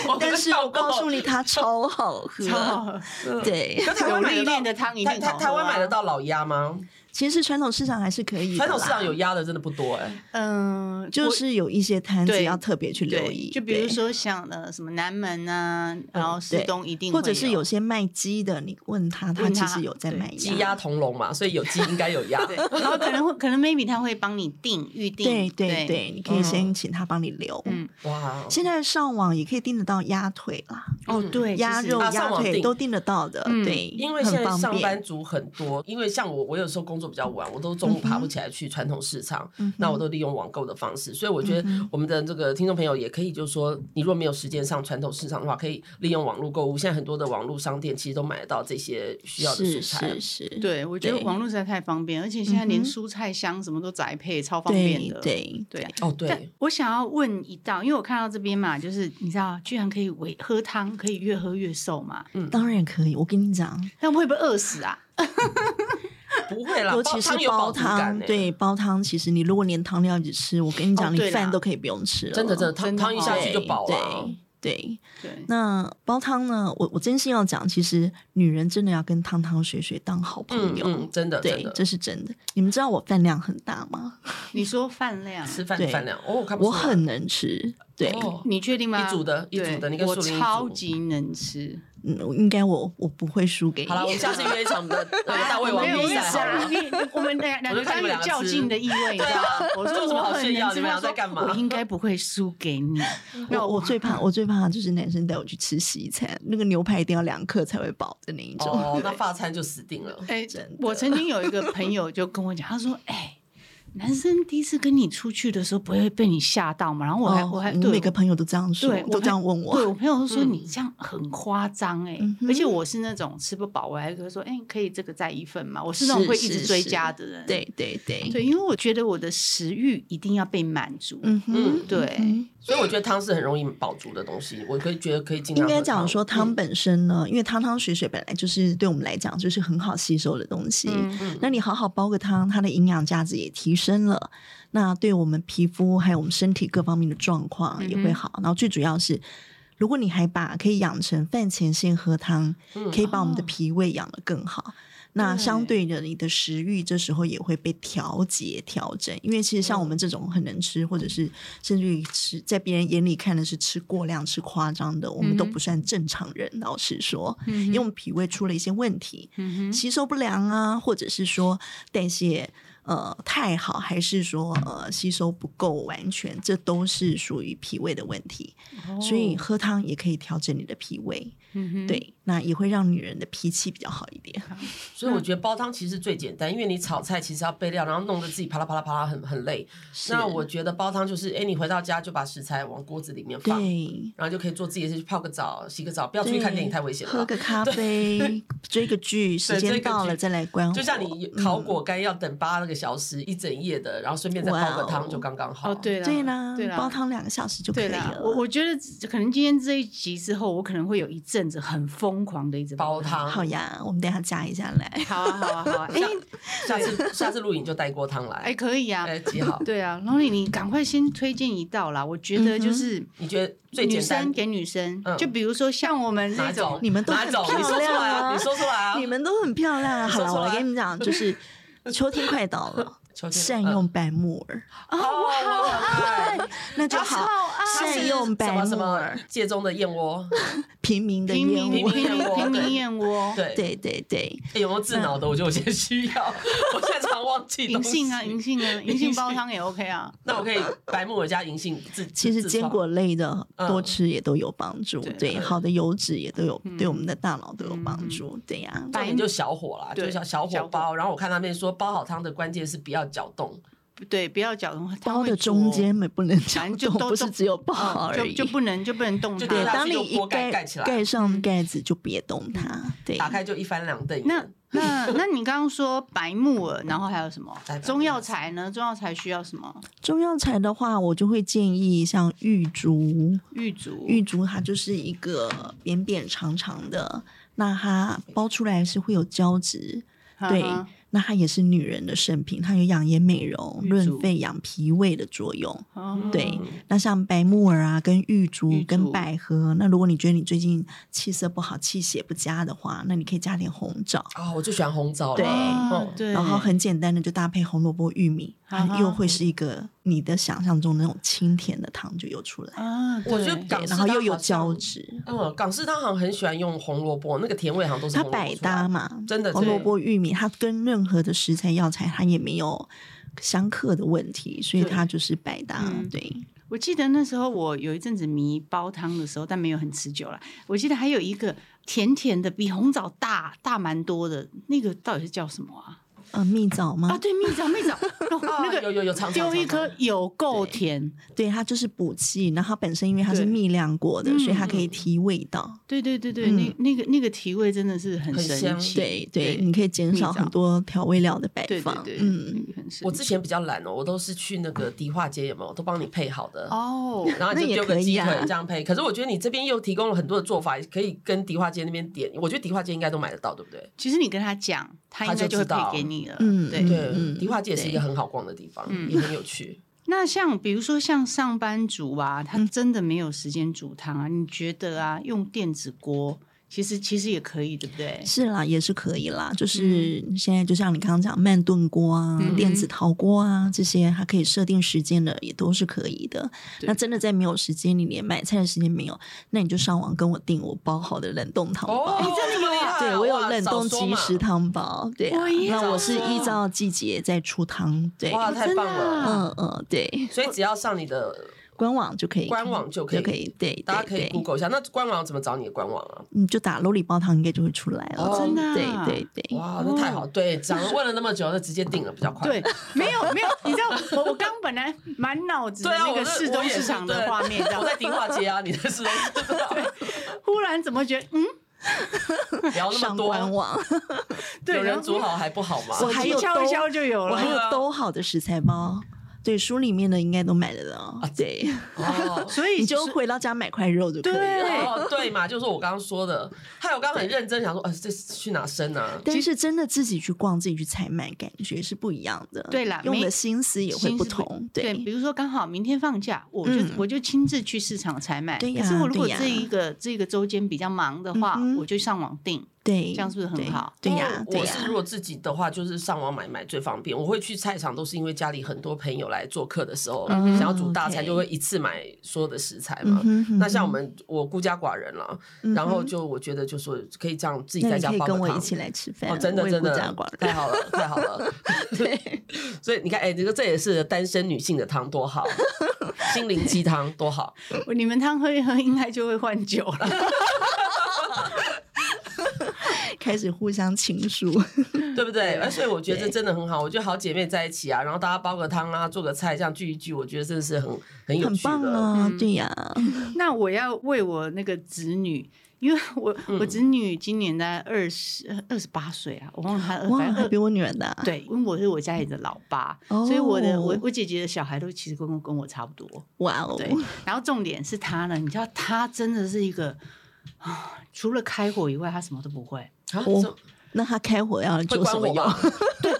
S1: 我
S2: 但是我告诉
S1: 你，
S2: 你，它超好喝。
S3: 超好喝
S2: 对，
S1: 可台湾
S3: 有
S1: 买
S3: 历
S1: 得
S3: 练
S1: 到
S3: 的汤一
S1: 台
S3: 定
S1: 台
S3: 好喝啊
S1: 台湾买得到老鸭吗？
S2: 其实传统市场还是可以的啦，
S1: 传统市场有鸭的真的不多哎。
S3: 嗯，
S2: 就
S3: 我
S2: 是有一些摊子
S3: 对
S2: 要特别去留
S3: 对，
S2: 意，
S3: 就比如
S2: 对。
S3: 说像呃什么南门啊，然后
S2: 对
S3: 市东一定会
S2: 或者是有些卖鸡的，你问他，他
S3: 问
S2: 其
S3: 他
S2: 实有在
S3: 对
S2: 卖
S1: 鸡鸭同笼嘛，所以有鸡应该有鸭。
S3: 对，然后可能会可能 maybe 他会帮你定预定，
S2: 对对
S3: 对
S2: 对，你可以先请他帮你留。
S3: 嗯
S1: 哇，哦
S2: 现在上网也可以订得到鸭腿啦，
S3: 哦对，
S2: 鸭
S3: 其实
S2: 肉、
S1: 啊
S2: 鸭
S1: 上网
S2: 腿
S1: 订
S2: 都订得到的。
S3: 嗯
S2: 对，
S1: 因为
S2: 很
S1: 现在
S2: 方
S1: 上
S2: 便嗯
S1: 班族很多，因为像我，我有时候工作比较晚，我都中午爬不起来去传统市场，那我都利用网购的方式，所以我
S2: 嗯
S1: 觉得我们的这个听众朋友也可以，就是说，你如果没有时间上传统市场的话，可以利用网络购物。现在很多的网络商店其实都买得到这些需要的
S2: 是
S1: 食材
S2: 是。是，
S3: 对，我觉得
S2: 对
S3: 网络实在太方便，而且现在连
S2: 嗯哼
S3: 蔬菜箱什么都宅配，超方
S2: 对
S3: 便的。
S2: 对
S3: 对啊。
S1: 哦，
S3: 但
S1: 对，
S3: 我想要问一道，因为我看到这边嘛，就是你知道，居然可以为喝汤可以越喝越瘦嘛，
S2: 当然可以。我跟你讲，
S3: 那会不会饿死啊？
S1: 不会啦，
S2: 尤其是
S1: 煲有饱
S2: 煲
S1: 足感
S2: 汤，
S1: 欸，
S2: 对煲汤，其实你如果连汤料一起吃，我跟你讲，
S3: 哦
S2: 你
S3: 对啦
S2: 饭都可以不用吃了。
S1: 真的真的汤
S3: 真的
S1: 汤一下去就饱了啊。
S2: 对对，
S3: 对，
S2: 那煲汤呢？我我真心要讲，其实女人真的要跟汤汤水水当好
S1: 嗯
S2: 朋友。
S1: 嗯，真的真
S2: 对，
S1: 的，
S2: 这是真的。你们知道我饭量很大吗？
S3: 你说饭量，啊
S1: 吃饭
S2: 对
S1: 饭量哦，我看不
S2: 我
S1: 出来
S2: 很能吃，对，
S1: 哦
S3: 你确定吗？
S1: 一组的一组的
S3: 对
S1: 你跟
S3: 我
S1: 树林一组
S3: 超级能吃，
S2: 嗯，应该我我不会输给你。
S1: 好了，我们下次约一场的那个 大胃王
S3: 没有
S1: 比
S3: 意
S1: 赛
S3: 思
S1: 好了
S3: 啊！。你我们两
S1: 我就
S3: 两
S1: 看你们
S3: 个有
S1: 两个
S3: 较
S1: 吃
S3: 劲的意味，你知道吗？我
S1: 这有
S3: 说
S1: 什么
S3: 我
S1: 好
S3: 很
S1: 炫耀
S3: 能吃
S1: 你们俩
S3: 他说
S1: 在干嘛
S3: 我应该不会输给你。
S2: 嗯我我最怕我最怕的就是男生带我去吃西餐，那个牛排一定要两克才会饱的那一种。
S1: 哦，那发餐就死定 了。
S3: 哎、
S2: 真
S3: 我曾经有一个朋友就跟我讲，他说：“哎、男生第一次跟你出去的时候，不会被你吓到吗？”然后我还、
S2: 哦
S3: 我还
S2: 你
S3: 对
S2: 每个朋友都这样说
S3: 对，我
S2: 都这样问
S3: 对
S2: 我。
S3: 我朋友都说
S1: 嗯
S3: 你这样很夸张哎
S2: 嗯，哼
S3: 而且我是那种吃不饱，我还会说：“哎、可以这个再一份吗？”我是那种会一
S2: 是
S3: 直
S2: 是
S3: 追
S2: 是
S3: 加的人。
S2: 对对对，
S3: 对，因为我觉得我的食欲一定要被满足。
S2: 嗯哼
S1: 嗯，
S3: 对
S2: 嗯
S1: 所以我觉得汤是很容易饱足的东西，我可以觉得可以尽
S2: 应
S1: 量喝
S2: 该讲说汤
S1: 嗯
S2: 本身呢，因为汤汤水水本来就是对我们来讲就是很好吸收的东西。
S1: 嗯
S2: 那你好好煲个汤，它的营养价值也提升了，那对我们皮肤还有我们身体各方面的状况
S3: 嗯
S2: 也会好。然后最主要是，如果你还把可以养成饭前先喝汤，
S1: 嗯
S2: 可以把我们的
S3: 哦
S2: 脾胃养得更好。那
S3: 对
S2: 相对的，你的食欲这时候也会被调节调整，因为其实像我们
S3: 嗯
S2: 这种很能吃，或者是甚至于吃在别人眼里看的是吃过量、吃夸张的，我们都
S3: 嗯哼
S2: 不算正常人。老实说，
S3: 嗯哼
S2: 因为我们脾胃出了一些问题，
S3: 嗯哼，
S2: 吸收不良啊，或者是说代谢呃太好，还是说呃吸收不够完全，这都是属于脾胃的问题。所以
S3: 哦，
S2: 喝汤也可以调整你的脾胃，
S3: 嗯哼，
S2: 对，那也会让女人的脾气比较好一 点。
S1: 所以
S2: 嗯
S1: 我觉得煲汤其实最简单，因为你炒菜其实要备料，然后弄得自己啪啦啪啦啪啦很很累。那我觉得煲汤就是，哎，你回到家就把食材往锅子里面放，
S2: 对。
S1: 然后就可以做自己的事，泡个澡、洗个澡，不 要出去看电影，
S2: 对
S1: 太危险
S2: 喝
S1: 了。
S2: 个 咖啡，追个剧，时
S1: 追
S2: 间
S1: 个
S2: 到了
S1: 剧
S2: 再来关火。
S1: 就像你烤果干要等八个小时一整夜的，然后顺便再煲个
S2: 嗯哇哦
S1: 汤就刚刚好。
S3: 哦，，对了，
S2: 对啦
S3: 对，啦，
S2: 煲汤两个小时就可以
S3: 对啦
S2: 了。，
S3: 我我觉得可能今天这一集之后，我可能会有一阵子很疯狂的一直
S1: 煲汤
S2: 好呀，我们等一下加一下来。
S3: 好啊，好啊，好 啊！哎
S1: 下次下次录影就带锅汤
S3: 哎，
S1: 来。
S3: 可以啊，
S1: 哎，几好？
S3: 对啊，然后你你赶快先推荐一道啦，我觉
S2: 嗯
S3: 得就是
S1: 你觉得最
S3: 女
S1: 简
S3: 生
S1: 单
S3: 给女生
S1: 嗯，
S3: 就比如说像我们
S1: 哪
S3: 这
S1: 种
S3: 种？
S2: 你们都
S1: 哪
S2: 很
S1: 种？你说
S2: 漂
S1: 出
S2: 亮
S1: 来
S2: 啊
S1: 啊！你说出来啊！
S2: 你们都很漂亮啊！好
S1: 说
S2: 了，
S1: 出来
S2: 我跟你们讲， 就是秋天快到了，
S1: 秋天
S2: 善
S1: 嗯
S2: 用白木耳，
S1: 哦，我好爱。
S2: 哎那就好。
S1: 它啊 是
S2: 善用白
S1: 什么什
S2: 木
S1: 么
S2: 耳，
S1: 界中的燕 窝，
S2: 平民的
S3: 平民
S2: 燕
S1: 平
S2: 窝
S1: 民。
S3: 平民
S1: 燕窝
S3: 平
S1: 对
S3: 民燕窝，
S1: 对，
S2: 对嗯对对，
S1: 哎有没有智脑的？我觉得我现在需要， 我现在常忘记
S3: 银
S1: 东西
S3: 杏啊，银杏 啊，银杏煲汤也 OK 啊。
S1: 那我可以白木耳加银杏自
S2: 其实
S1: 自
S2: 坚
S1: 创
S2: 果类的
S1: 嗯
S2: 多吃也都有帮助，
S3: 对
S2: 对，
S1: 对
S2: 好的油脂也都有
S3: 嗯
S2: 对我们的大脑都有帮
S3: 嗯
S2: 助，对呀。
S1: 重点就小火啦，就
S3: 对
S1: 是小小
S3: 小
S1: 火
S3: 火
S1: 煲。然后我看那边说煲好汤的关键是不要搅动，
S3: 对，不要搅动，它
S2: 包
S3: 会
S2: 的
S3: 煮
S2: 中
S3: 哦
S2: 间也不能搅
S3: 反正就
S2: 动，
S3: 都
S2: 不是
S3: 都
S2: 只有爆
S3: 嗯
S2: 而已。
S3: 就就不能就不能动
S1: 就
S2: 对，
S1: 丢下
S3: 它。
S1: 去
S2: 当你
S1: 就
S2: 一
S1: 锅盖盖起来嗯
S2: 盖上
S3: 嗯
S2: 盖子就别动它，对，
S1: 打开就一翻两瞪眼。
S3: 那那那你刚刚说白木耳，然后还有什么
S1: 白木耳
S3: 中药材呢？中药材需要什么？
S2: 中药材的话，我就会建议像玉竹，
S3: 玉竹，
S2: 玉竹它就是一个扁扁长长的，那它包出来是会有胶质，
S1: 嗯
S3: 哈哈
S2: 对，那它也是女人的圣品，它有养颜美容、
S3: 玉竹
S2: 润肺、养脾胃的作用。
S3: 哦
S2: 对，
S1: 嗯
S2: 那像白木耳啊、跟玉
S3: 玉
S2: 竹、
S3: 竹
S2: 跟百合，那如果你觉得你最近气色不好、气血不佳的话，那你可以加点红枣，
S1: 啊，我就喜欢红枣了。
S2: 对
S3: 啊
S1: 嗯
S3: 对，
S2: 然后很简单的就搭配红萝卜、玉米，
S3: 啊
S2: 它
S3: 哈
S2: 又会是一个你的想象中那种清甜的汤就有出来。
S3: 啊，
S1: 我觉得
S3: 对
S1: 港
S2: 对，
S1: 式
S2: 然后
S1: 汤
S2: 又有
S1: 好像
S2: 胶质，
S1: 嗯，港式汤好像很喜欢用红萝卜，那个甜味好像都是
S2: 它
S1: 红萝卜
S2: 百
S1: 出来的
S2: 搭嘛，
S1: 真的
S2: 红
S1: 对
S2: 哦萝卜、玉米，它跟任何的食材药材它也没有相克的问题，所以
S1: 对
S2: 它就是百搭。
S3: 嗯
S2: 对，
S3: 我记得那时候我有一阵子迷煲汤的时候，但没有很持久啦。我记得还有一个甜甜的，比红枣大大蛮多的，那个到底是叫什么啊？
S2: 呃，蜜枣吗？
S3: 啊，对，蜜枣，蜜枣， 哦
S1: 啊
S3: 那
S1: 有
S3: 个
S1: 有有尝尝
S3: 丢一
S1: 尝
S3: 颗有够甜，
S2: 对，它就是补气，然后它本身因为它是
S3: 对
S2: 蜜酿过的，
S3: 嗯
S2: 所以它可以提味道。
S3: 对对对对，
S2: 嗯
S3: 那那个那个提味真的是很
S1: 很
S3: 神
S1: 香
S3: 奇，
S2: 对对，你可以减少
S3: 嗯蜜枣
S2: 很多调味料的摆
S3: 对对
S2: 放。
S3: 对，
S2: 嗯，
S3: 那个很神奇
S1: 我之前比较懒哦，我都是去那个迪化街，有没有都帮你配好的。
S3: 哦，
S1: 然后你
S2: 那也
S1: 就丢
S2: 可
S1: 个
S2: 以
S1: 鸡腿
S2: 啊
S1: 这样配，可是我觉得你这边又提供了很多的做法，可以跟迪化街那边点。我觉得迪化街应该都买得到，对不对？
S3: 其实你跟他讲，他
S1: 他
S3: 应该
S1: 就
S3: 会
S1: 知道
S3: 配给你了，
S2: 嗯
S3: 对
S2: 嗯
S1: 对，迪化街也是
S2: 对
S1: 一个很好逛的地方，
S3: 嗯
S1: 也很 有趣。
S3: 那像比如说像上班族啊，他
S2: 嗯
S3: 真的没有时间煮汤啊，你觉得啊，用电子锅其实其实也可以，对 不对？
S2: 是啦，也是可以啦。就是
S1: 嗯
S2: 现在，就像你刚刚讲，慢炖锅啊、
S3: 嗯
S2: 电子陶锅啊这些，它可以设定时间的，也都是可以的。
S3: 对
S2: 那真的在没有时间，你连买菜的时间没有，那你就上网跟我订我包好的冷冻汤
S1: 哦
S2: 包。
S1: 这么厉
S2: 哦
S1: 害
S2: 对，我有冷冻即
S1: 即
S2: 食汤包，对啊
S3: 我，也
S2: 那
S1: 有
S2: 我是依
S1: 啊
S2: 照季节在出汤，对，
S1: 哇，太棒
S3: 真的
S1: 了！
S2: 嗯
S3: 啊
S2: 嗯，对，
S1: 所以只要上你的
S2: 官网就可以，
S1: 官网就可以
S2: 就可以，对，
S1: 大家
S2: 对
S1: 可以
S2: 对
S1: Google 一下，那官网怎么找你的官网啊？
S2: 你就打楼里煲汤应该就会出来了，
S1: 哦真
S3: 的啊
S2: 对对对，
S1: 哇，那太好，对，讲问了那么久，那直接定了比较快。
S3: 对，没有没有，你知道我我刚本来满脑子
S1: 对啊，
S3: 那
S1: 我
S3: 个市东市场的画面，这
S1: 我
S3: 样
S1: 在迪化街啊，你的市东市场，
S3: 忽然怎么觉得嗯，
S1: 聊那
S2: 上
S1: 么多，
S2: 官网，
S3: 对，
S1: 有
S3: 然
S1: 人
S3: 后
S1: 煮好还不好吗？
S2: 我还
S3: 手机
S2: 有
S3: 敲
S2: 兜
S3: 一敲就有
S2: 我还
S3: 了。
S1: 对
S2: 有
S1: 啊
S2: 兜好的食材包。对，书里面的应该都买得到。对，
S1: 哦，
S3: 所以
S2: 你就
S3: 所
S2: 回到家买块肉就可以了。
S3: 对
S1: 哦，对嘛，就是我刚刚说的。还有我刚刚很认真想说，呃，这是去哪生啊？
S2: 但是真的自己去逛、自己去采买，感觉是不一样的。
S3: 对啦
S2: 用
S3: 没
S2: 的心思也会
S3: 心
S2: 不
S3: 思
S2: 同。
S3: 对，比如说刚好明天放假，我就、
S2: 嗯
S3: 我就亲自去市场采买。
S2: 对呀
S3: 可是我如果
S2: 对呀
S3: 这一个、这个周间比较忙的话，
S2: 嗯哼
S3: 我就上网订。
S2: 对，
S3: 这样是不是很
S2: 对
S3: 好
S2: 对
S1: 因
S2: 呀
S1: 为，
S2: 对
S1: 哦我
S2: 呀
S1: 是。如果自己的话，就是上网买买最方便。我会去菜场，都是因为家里很多朋友来做客的时候，
S3: 嗯
S1: 想要煮大餐，
S2: OK
S1: 就会一次买所有的食材
S2: 嗯
S1: 嘛。
S2: 哼哼
S1: 那像我们，我孤家寡人了，
S2: 嗯哼
S1: 然后就我觉得就说可以这样自己
S2: 那
S1: 在
S2: 你
S1: 家
S2: 可以
S1: 煲
S2: 跟
S1: 个
S2: 我一
S1: 汤。
S2: 起来吃饭，
S1: 哦，真的
S2: 我也
S1: 真
S2: 不
S1: 的
S2: 加管，
S1: 太好了，太好 了。
S2: 对，
S1: 所以你看，哎，这个这也是单身女性的汤 多好，心灵鸡汤多好。
S3: 你们汤喝一喝，应该就会换酒 了。
S2: 开始互相情书。
S1: 对不对？而且我觉得这
S2: 对
S1: 真的很好，我觉得好姐妹在一起啊，然后大家煲个汤啊，做个菜，这样聚一聚，我觉得真的是很很有
S2: 很
S1: 趣
S2: 棒
S1: 的。
S2: 啊！
S3: 嗯
S2: 对呀，
S3: 那我要为我那个子女因为我我侄女今年在二十二十八岁啊，我忘了她二
S2: 哇，
S3: 反正
S2: 还
S3: 二
S2: 比我女儿大。，
S3: 对，因为我是我家里的老八，
S2: 哦
S3: 所以我的我我姐姐的小孩都其实跟我跟我差不多。
S2: 哇哦，
S3: 对，然后重点是她呢，你知道她真的是一个啊，除了开火以外，她什么都不 会。
S1: 啊，
S2: 我
S1: 这
S2: 那他开火要
S1: 会
S2: 做什
S1: 关
S2: 么
S1: 我
S2: 用？
S1: 吧？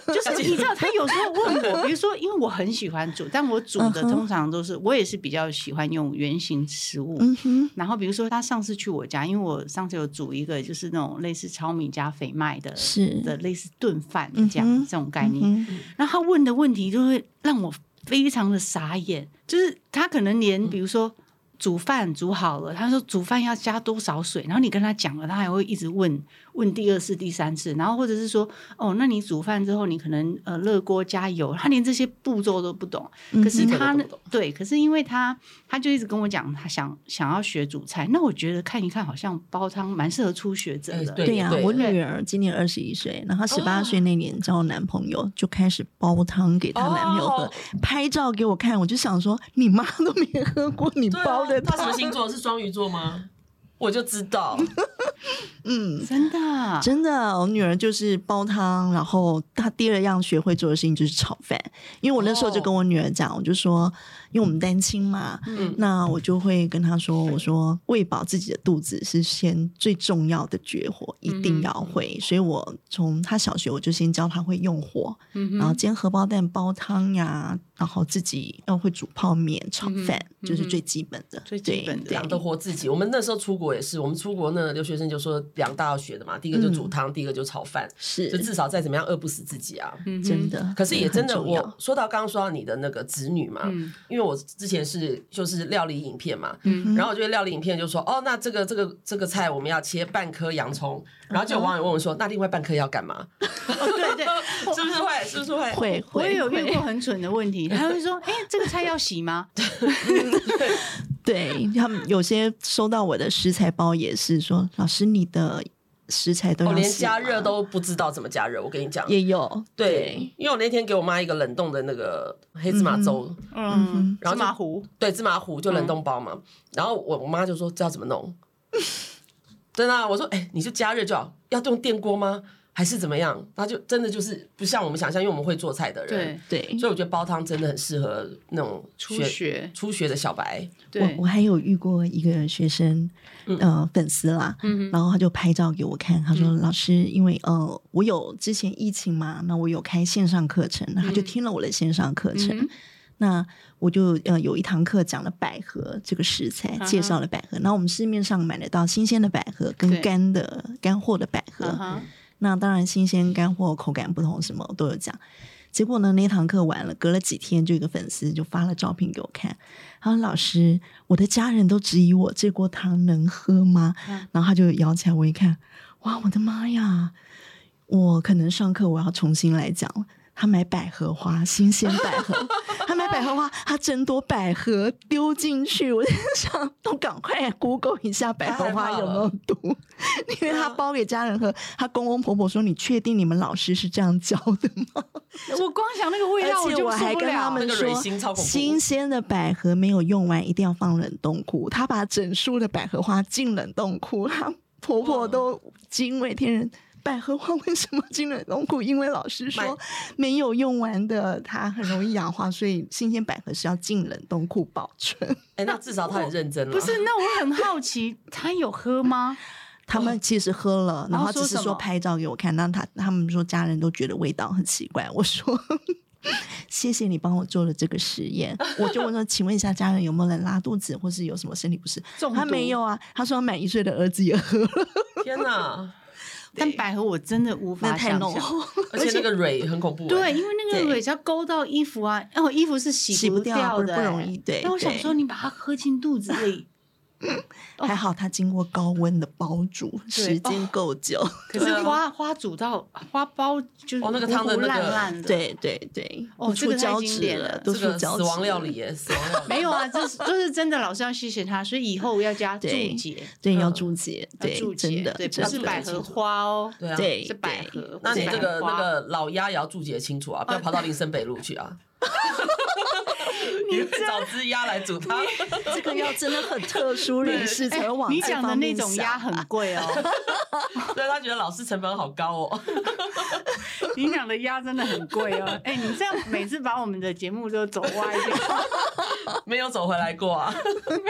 S3: 就是你知道，他有时候问我，比如说，因为我很喜欢煮，但我煮的
S2: 嗯哼
S3: 通常都是我也是比较喜欢用原形食物。
S2: 嗯哼，
S3: 然后比如说，他上次去我家，因为我上次有煮一个就是那种类似糙米加肥麦的
S2: 是
S3: 的类似炖饭
S2: 嗯哼
S3: 这样这种概念。
S2: 嗯哼
S3: 然后他问的问题就会让我非常的傻眼，就是他可能
S2: 嗯
S3: 连比如说。煮饭煮好了，他说煮饭要加多少水，然后你跟他讲了，他还会一直问问第二次、第三次，然后或者是说，哦，那你煮饭之后，你可能呃热锅加油，他连这些步骤都不懂。可是
S1: 嗯哼
S3: 他
S1: 这个
S3: 呢
S1: 都不懂
S3: 对，可是因为他他就一直跟我讲，他想想要学煮菜，那我觉得看一看好像煲汤蛮适合初学者
S1: 哎
S3: 的，
S1: 对
S2: 对呀、
S1: 对哦
S2: 我女儿今年二十一岁，然后十八岁那年交男朋友，就开始煲汤给她男朋友喝，
S1: 哦
S2: 拍照给我看，我就想说，你妈都没喝过你
S1: 对
S2: 煲
S1: 啊
S2: 的，
S1: 他什
S2: 汤，
S1: 么星座？是双鱼座 吗？我就知道，
S2: 嗯。
S3: 真的啊
S2: 真的，我女儿就是煲汤，然后她第二样学会做的事情就是炒饭。因为我那时候就跟我女儿
S3: 哦
S2: 讲，我就说，因为我们单亲嘛，
S1: 嗯
S2: 那我就会跟她说，我说喂饱自己的肚子是先最重要的绝活，一定要会。所以我从她小学我就先教她会用火，
S3: 嗯
S2: 然后
S3: 哼，
S2: 煎荷包蛋煲汤呀，然后自己要会煮泡面、炒饭，
S3: 嗯哼
S2: 就是最基本的，
S3: 最基本的
S2: 对
S3: 啊
S1: 养得活自己。我们那时候出国也是，我们出国那留学生就说两大要学的嘛，第一个就
S2: 嗯
S1: 煮汤，第一个就炒饭，
S2: 是
S1: 就至少再怎么样饿不死自己啊。
S3: 嗯哼
S2: 真，的。
S1: 可是也真的，
S2: 很重要
S1: 我说到刚刚说到你的那个子女嘛，
S3: 嗯
S1: 因为我之前是就是料理影片嘛，
S3: 嗯
S1: 然后我就会料理影片就说，哦，那这个这个这个菜我们要切半颗洋葱，
S2: 嗯
S1: 然后就有网友问我说，那另外半颗要干嘛？
S3: 哦 对对，
S1: 是不是会？是不是会？
S2: 会
S3: 我也
S2: 会
S3: 有遇
S2: 会
S3: 过很蠢的问题，他会说：“哎、这个菜要洗吗？”
S2: 对他们有些收到我的食材包也是说，老师你的食材都
S1: 我
S2: 要
S1: 哦连
S2: 洗
S1: 加
S2: 吗
S1: 热都不知道怎么加热，我跟你讲。
S2: 也有
S1: 对，因为我那天给我妈一个冷冻的那个黑芝麻粥，
S3: 嗯，
S1: 然后就
S3: 芝麻糊，
S1: 对，芝麻糊就
S3: 嗯
S1: 冷冻包嘛。然后我我妈就说这要怎么弄？ 真的啊、我说哎、你就加热就好，要用电锅吗？还是怎么样？她就真的就是不像我们想象，因为我们会做菜的人
S3: 对，，
S2: 对。
S1: 所以我觉得煲汤真的很适合那种
S3: 初学，
S1: 初学的小白。
S2: 我
S3: 对
S2: 我，还有遇过一个学生，呃，粉丝啦，
S3: 嗯哼，
S2: 然后他就拍照给我看，他说：“老师，因为呃，我有之前疫情嘛，那我有开线上课程，那他就听了我的线上课程，
S3: 嗯哼
S2: 那我就呃有一堂课讲了百合这个食材，
S3: 哈
S2: 介绍了百合。那我们市面上买得到新鲜的百合
S3: 对
S2: 跟干的干货的百合，
S3: 嗯哼，
S2: 那当然新鲜干货口感不同，什么都有讲。结果呢，那堂课完了，隔了几天，就有一个粉丝就发了照片给我看，他说：“老师，我的家人都质疑我这锅汤能喝吗？”
S3: 嗯
S2: 然后他就舀起来，我一看，哇，我的妈呀！我可能上课我要重新来讲了。他买百合花，新鲜百合，他买百合花，他整朵百合丢进去，我在想，都赶快 Google 一下百合花有没有毒。 因为他包给家人喝，他公公婆婆说：“你确定你们老师是这样教的吗
S3: 我光想那个？”味
S2: 而
S3: 道，
S2: 且
S3: 就
S2: 我
S3: 受
S2: 还
S3: 不
S2: 跟他
S3: 了。
S2: 们
S1: 那个
S2: 说
S1: 蕊心超，恐怖
S2: 新鲜的百合没有用完，一定要放冷冻库。他把整束的百合花进冷冻库，他婆婆都惊为天人。百合花为什么进冷冻库？因为老师
S1: 买
S2: 说没有用完的，它很容易氧化，所以新鲜百合是要进冷冻库保存。
S1: 哎、那至少她很认真了。
S3: 不是，那我很好奇，他有喝吗？
S2: 他们其实喝了，然
S3: 然后
S2: 后只
S3: 哦说
S2: 是
S3: 什
S2: 说
S3: 么
S2: 拍照给我看，但他他们说家人都觉得味道很奇怪。我说 谢谢你帮我做了这个实 验，我就问说，请问一下家人有没有人拉肚子，或是有什么身体不适？
S3: 中 毒
S2: 他没有啊，他说满一岁的儿子也喝了，
S1: 天 哪！
S3: 但百合我真的无
S2: 那
S3: 法
S2: 太
S3: 想
S2: 浓
S3: 象。
S2: 厚。
S1: 而且那个蕊很恐怖、哎
S3: 对，因为那个
S2: 对
S3: 蕊只要勾到衣服啊，哦，衣服是
S2: 洗
S3: 不
S2: 不掉不
S3: 的，欸
S2: 不容易对
S3: 那我想
S2: 对
S3: 说，你哦把它喝进肚子 里，
S2: 还好他经过高温的煲煮，时间够久。
S3: 可是
S1: 对啊
S3: 花花煮到花苞就是
S1: 哦那个汤的
S3: 糊糊
S1: 那个
S3: 烂烂 的，
S2: 对对对，
S3: 哦
S2: 都
S3: 这
S2: 出
S3: 个太
S2: 胶
S3: 经
S2: 质
S3: 典
S2: 了
S3: 了，
S2: 都
S1: 这
S2: 出
S1: 个
S2: 胶
S1: 死
S2: 质
S1: 亡料
S2: 了
S1: 理耶，死亡 料理
S3: 没有啊，这是这是真的，老师要谢谢他，所以以后要加注
S2: 对
S3: 解，
S2: 对，
S1: 嗯
S2: 要注解，
S3: 要
S2: 对
S3: 注，
S2: 真
S3: 解，
S2: 的，
S3: 对，
S2: 真
S3: 不
S2: 的
S3: 是百合花哦，
S1: 对啊。
S2: 对，
S3: 是百
S2: 对
S3: 合。
S1: 那你
S3: 是
S1: 这
S3: 百
S1: 个
S3: 合花
S1: 那个老鸭也要注解清楚啊，不要跑到林森北路去啊。啊你找只鸭来煮汤，
S2: 这个要真的很特殊人士才会往
S3: 哎你
S2: 这
S3: 讲的
S2: 方
S3: 那
S2: 面
S3: 种
S2: 想
S3: 鸭很 贵哦，
S1: 所以他觉得老师成本好高哦。
S3: 你讲的鸭真的很贵哦。哎，你这样每次把我们的节目都走歪掉。
S1: 没有走回来过啊！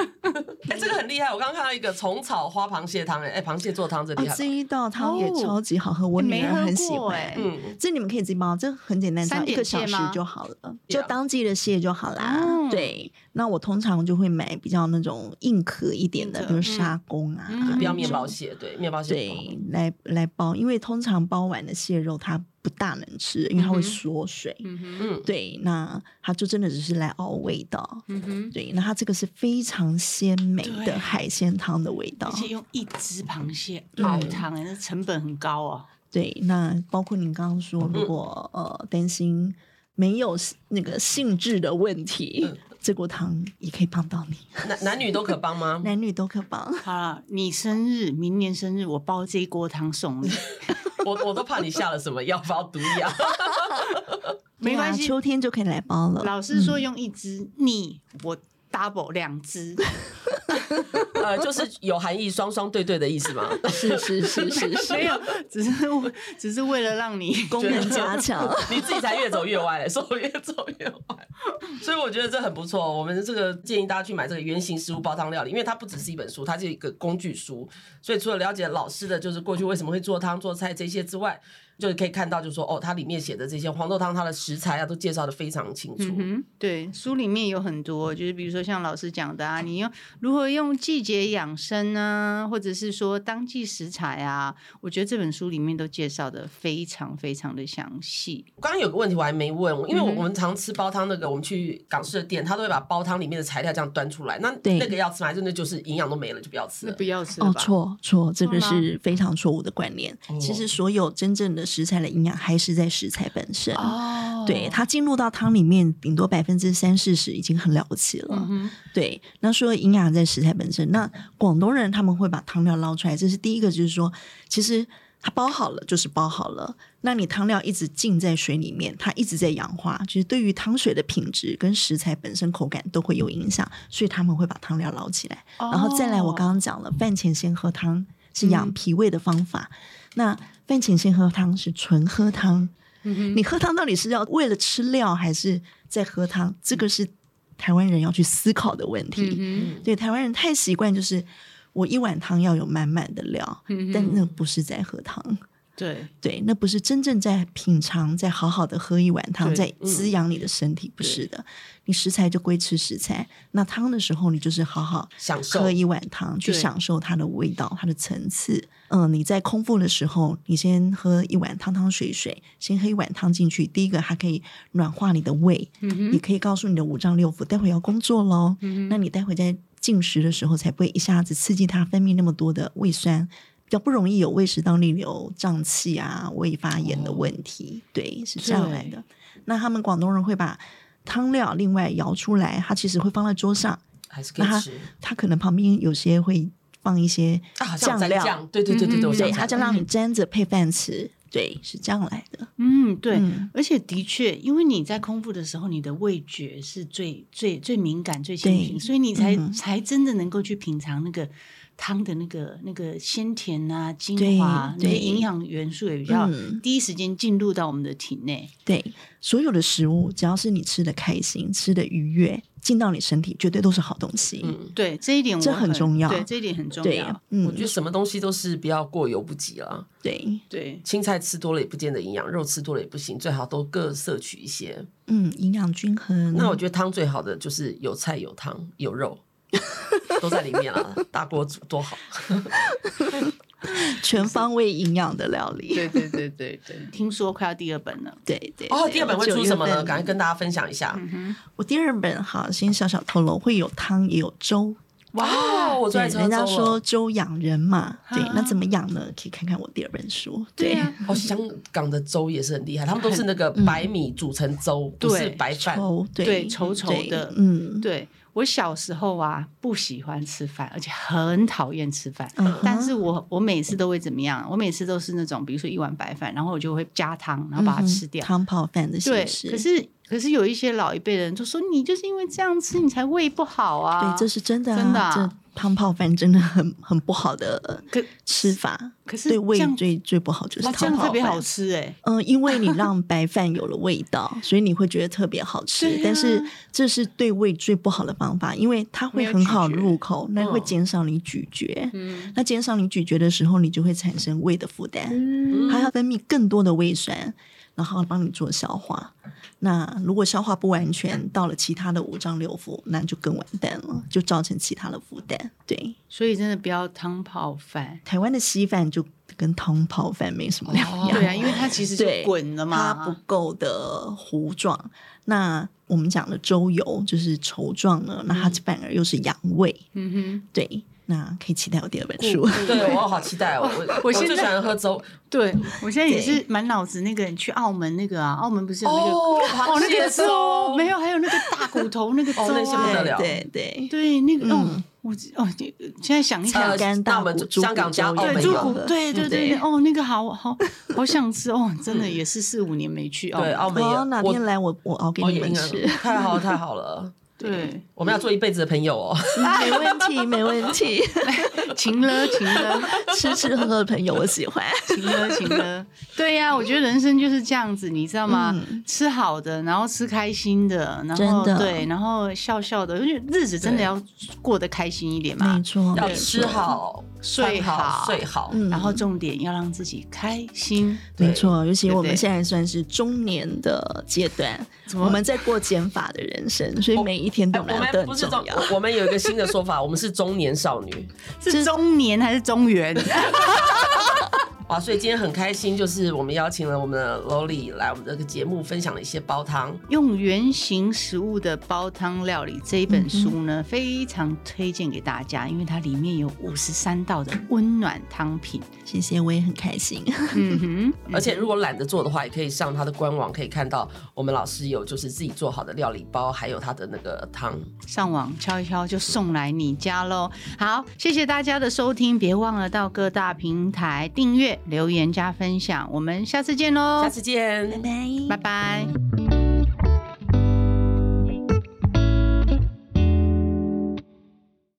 S1: 哎、这个很厉害，我刚刚看到一个虫草花螃蟹汤、哎，哎，螃蟹做汤这厉
S2: 啊，
S1: 害吧，
S2: 这一道汤也
S3: 哦
S2: 超级好喝，我
S3: 你
S2: 女
S3: 没
S2: 儿
S3: 喝
S2: 很喜
S3: 过
S2: 欢
S3: 哎。
S1: 嗯，
S2: 这你们可以自己包，这很简单，只
S3: 三
S2: 要一
S3: 点
S2: 个小
S3: 蟹
S2: 时
S3: 吗
S2: 就好了，
S1: 对
S2: 就
S1: 啊
S2: 当季的蟹就好啦。
S3: 嗯
S2: 对，那我通常就会买比较那种硬壳一点的，
S3: 硬壳
S2: 比如沙公啊，
S3: 嗯
S1: 就不要
S3: 嗯
S1: 面包蟹，对，面包蟹不好。
S2: 对，来来包，因为通常包完的蟹肉它不大能吃，因为它
S3: 嗯哼
S2: 会缩水。
S3: 嗯哼，
S1: 嗯，
S2: 对，那它就真的只是来熬味道。
S3: 嗯哼，
S2: 对，那它这个是非常鲜美
S3: 对
S2: 的海鲜汤的味道
S3: 而。且用一只螃蟹
S2: 对
S3: 熬汤，哎，那成本很高哦。
S2: 对，那包括您刚刚说，
S3: 嗯
S2: 如果、呃担心没有那个性质的问题，
S3: 嗯
S2: 这锅汤也可以帮到你，
S1: 男男女都可帮
S3: 嗯
S1: 吗？
S2: 男女都可帮。
S3: 好了，你生日，明年生日，我包这一锅汤送你，
S1: 我我都怕你下了什么药包毒药。
S3: 没关
S2: 对啊
S3: 系。
S2: 秋天就可以来包了。
S3: 老师说用一只，你我 double 两 只，
S1: 呃，就是有含义，双双对对的意思吗？
S2: 是是是是 哦
S3: 没
S2: 是，
S3: 有，只是为只是为了让你
S2: 功能加强。
S1: 你自己才越走越歪嘞，说我越走越歪。所以我觉得这很不错。我们这个建议大家去买这个原型食物煲汤料理，因为它不只是一本书，它是一个工具书。所以除了了解老师的就是过去为什么会做汤做菜这些之外，就可以看到就是说哦，它里面写的这些黄豆汤它的食材啊都介绍的非常清楚。
S3: 嗯哼，对，书里面有很多，就是比如说像老师讲的啊，你用如何用季节养生啊，或者是说当季食材啊，我觉得这本书里面都介绍的非常非常的详细。
S1: 刚刚有个问题我还没问，因为我
S3: 嗯哼
S1: 我们常吃煲汤那个，我们去港式的店，他都会把煲汤里面的材料这样端出来。那
S2: 对
S1: 那个要吃吗？真的就是营养都没了，就不要吃
S3: 那
S1: 了。
S3: 不要吃了
S2: 哦，
S3: 吧？
S2: 错错，这个
S3: 错吗哦
S2: 是非常错误的观念。其实所有真正的食材的营养还是在食材本身。
S3: 哦
S2: 对，它进入到汤里面，顶多百分之三四十已经很了不起了。
S3: 嗯哼，
S2: 对，那说营养在食材本身，那广东人他们会把汤料捞出来，这是第一个，就是说，其实它包好了就是包好了，那你汤料一直浸在水里面，它一直在氧化，就是对于汤水的品质跟食材本身口感都会有影响，所以他们会把汤料捞起来，然后再来我刚刚讲了，饭前先喝汤是养
S3: 哦嗯
S2: 脾胃的方法，那饭前先喝汤是纯喝汤，
S3: 嗯哼
S2: 你喝汤到底是要为了吃料，还是在喝汤？这个是台湾人要去思考的问题。
S3: 嗯
S2: 对，台湾人太习惯就是我一碗汤要有满满的料，
S3: 嗯哼，
S2: 但那不是在喝汤，
S3: 对
S2: 对，那不是真正在品尝，在好好的喝一碗汤，
S3: 对嗯
S2: 在滋养你的身体，不是的。你食材就归吃食材，那汤的时候你就是好好
S1: 享受
S2: 喝一碗汤，去
S3: 对
S2: 享受它的味道、它的层次。嗯，你在空腹的时候，你先喝一碗汤汤水水，先喝一碗汤进去。第一个，它可以软化你的胃，也可以告诉你的五脏六腑，待会要工作喽。那你待会在进食的时候，才不会一下子刺激它分泌那么多的胃酸。比较不容易有胃食道逆流、胀气啊、胃发炎的问题，对，是这样来的。那他们广东人会把汤料另外舀出来，它其实会放在桌上，
S1: 还是可
S2: 那
S1: 以
S2: 它
S1: 吃
S2: 它可能旁边有些会放一些
S1: 啊，好像
S2: 酱
S1: 蘸
S2: 料，
S1: 酱，对对对对对，
S3: 嗯
S1: 我
S2: 对，
S1: 想
S2: 它
S1: 起
S2: 就
S1: 来了
S2: 让你沾着配饭吃，对，是这样来的。
S3: 嗯对。
S2: 嗯
S3: 而且的确，因为你在空腹的时候，你的味觉是最最最敏感、最清醒，
S2: 对
S3: 所以你才、
S2: 嗯
S3: 才真的能够去品尝那个汤的那个那个鲜甜啊、精
S2: 对
S3: 华啊，那
S2: 对
S3: 些营养元素也比较、
S2: 嗯
S3: 第一时间进入到我们的体内。
S2: 对，所有的食物只要是你吃的开心、吃的愉悦，进到你身体，绝对都是好东西。
S1: 嗯，
S3: 对这一点我，
S2: 这很重要
S3: 对这一点很重
S2: 对
S3: 要。，
S1: 我觉
S2: 嗯，
S1: 得什么东西都是不要过犹不及啦。
S2: 对，
S3: 对，
S1: 青菜吃多了也不见得营养，肉吃多了也不行，最好都各摄取一些。
S2: 嗯，营养均衡。
S1: 那我觉得汤最好的就是有菜有汤有肉。都在里面了， 大锅煮 多好。
S2: 全方位营养的料理。
S3: 对对对对对，听说快要第二本了。嗯
S2: 对对。
S1: 哦，
S2: 对
S1: 第二本会出什么呢？赶快。
S2: 我九月份嗯
S1: 跟大家分享一下。
S2: 我第二本好，先小小透露，会有汤也有粥。
S1: 哇，哦我最
S2: 对，
S1: 爱吃
S2: 人家
S1: 粥了
S2: 说粥养人嘛，对
S3: 啊，
S2: 那怎么养呢？可以看看我第二本书。
S3: 啊，
S1: 哦，香港的粥也是很厉害，他们都
S2: 嗯
S1: 是那个白米煮成粥，不是
S3: 对
S1: 白饭。
S2: 稠，
S3: 对
S2: 哦对，
S3: 稠稠
S2: 对
S3: 的
S2: 嗯，
S3: 对。我小时候啊不喜欢吃饭，而且很讨厌吃饭。
S2: 嗯哼
S3: 但是我我每次都会怎么样？我每次都是那种，比如说一碗白饭，然后我就会加汤，然后把它吃掉。
S2: 嗯汤泡饭的
S3: 对
S2: 形，式。
S3: 可是可是有一些老一辈的人就说，你就是因为这样吃，你才胃不好啊。
S2: 对，这是真的、啊，
S3: 真的啊
S2: 这汤泡饭真的很很不好的
S3: 可
S2: 吃法，
S3: 可是
S2: 对胃
S3: 这样
S2: 最最不好就是
S3: 哇，这
S2: 汤
S3: 样
S2: 泡
S3: 特别好
S2: 饭。
S3: 吃哎、
S2: 嗯，因为你让白饭有了味道，所以你会觉得特别好吃。
S3: 对啊
S2: 但是这是对胃最不好的方法，因为它
S3: 没
S2: 会
S3: 有
S2: 很
S3: 咀
S2: 好
S3: 嚼
S2: 入口，那会
S1: 嗯
S2: 减少你咀嚼。
S3: 嗯
S2: 那减少你咀嚼的时候，你就会产生胃的负担。
S3: 嗯
S2: 它要分泌更多的胃酸，然后帮你做消化。那如果消化不完全，到了其他的五脏六腑，那就更完蛋了，就造成其他的负担。对，
S3: 所以真的不要汤 泡饭。
S2: 台湾的稀饭就跟汤泡饭没什么两样，
S3: 对啊，因为它其实就
S2: 对
S3: 滚了
S2: 它
S3: 嘛。
S2: 不够的糊状。那我们讲的粥油就是稠状呢，那它反而又是养胃。
S3: 嗯哼，
S2: 对，那可以期待我第二本书。
S1: 对我好期待 哦！我
S3: 我
S1: 我
S3: 现
S1: 最喜
S3: 在
S1: 欢喝粥
S3: 对我现在也
S2: 对
S3: 是满脑子那个，你去澳门那个啊，澳门不是有那个
S1: 哦，
S3: 哦，
S1: 螃
S3: 那
S1: 蟹
S3: 个
S1: 粥
S3: 粥没有，还有那个大骨头那个粥、啊
S1: 哦那些不 得了
S2: 对对，
S3: 对，那个、
S2: 嗯
S3: 哦，我哦，就现在想一想
S1: 呃，
S2: 干
S1: 那
S2: 大
S1: 我们
S2: 骨、猪
S1: 香港
S2: 骨
S1: 加
S2: 粥
S1: 澳
S2: 也很
S1: 门
S3: 对，猪
S1: 有
S2: 好
S3: 骨
S2: 喝，
S3: 对对对，
S2: 对
S3: 哦，那个好好好想吃哦，真的也是四五年没去哦，
S1: 对啊澳门
S2: 哦，
S1: 也
S2: 哪
S1: 我
S2: 天来我我熬给
S1: 哦
S2: 你
S1: 也
S2: 们
S1: 应该
S2: 吃，
S1: 太好了太好了，
S3: 对，
S1: 我们要做一辈子的朋友哦。
S2: 没问题，没问题。
S3: 晴了晴了
S2: 吃吃喝喝的朋友我喜欢，
S3: 晴了晴了，对呀、我觉得人生就是这样子，你知道吗？
S2: 嗯
S3: 吃好的，然后吃开心的，然
S2: 真
S3: 后
S2: 的
S3: 对，然后笑笑的，因为日子真的
S1: 对
S3: 要过得开心一点嘛
S2: 没，错，
S1: 要
S2: 没
S1: 吃
S2: 错，
S1: 好、
S3: 睡
S1: 穿好、
S3: 好
S1: 睡好。
S2: 嗯
S3: 然后重点要让自己开心。
S2: 没错。尤其
S3: 对
S2: 我
S3: 不
S2: 们
S3: 对
S2: 现在算是中年的阶段，
S3: 怎么
S2: 我们在过减法的人生，所以每一天
S1: 哎
S2: 对我们来说都
S1: 们不
S2: 很
S1: 是
S2: 重
S1: 中
S2: 要。，
S1: 我们有一个新的说法，我们是中年少女
S3: 是中年还是中原？
S1: 哇！所以今天很开心，就是我们邀请了我们的 Loli 来我们这个节目分享了一些煲汤。
S3: 用原型食物的煲汤料理这一本书呢，非常推荐给大家，因为它里面有五十三道的温暖汤品。
S2: 谢谢，我也很开心。
S3: 嗯
S1: 而且如果懒得做的话，也可以上他的官网可以看到我们老师有就是自己做好的料理包，还有他的那个汤。
S3: 哼，上网敲一敲就送来你家喽。好，谢谢大家的收听，别忘了到各大平台订阅、留言加分享，我们下次见喽
S1: 下，次见，
S2: 拜，
S3: 拜拜。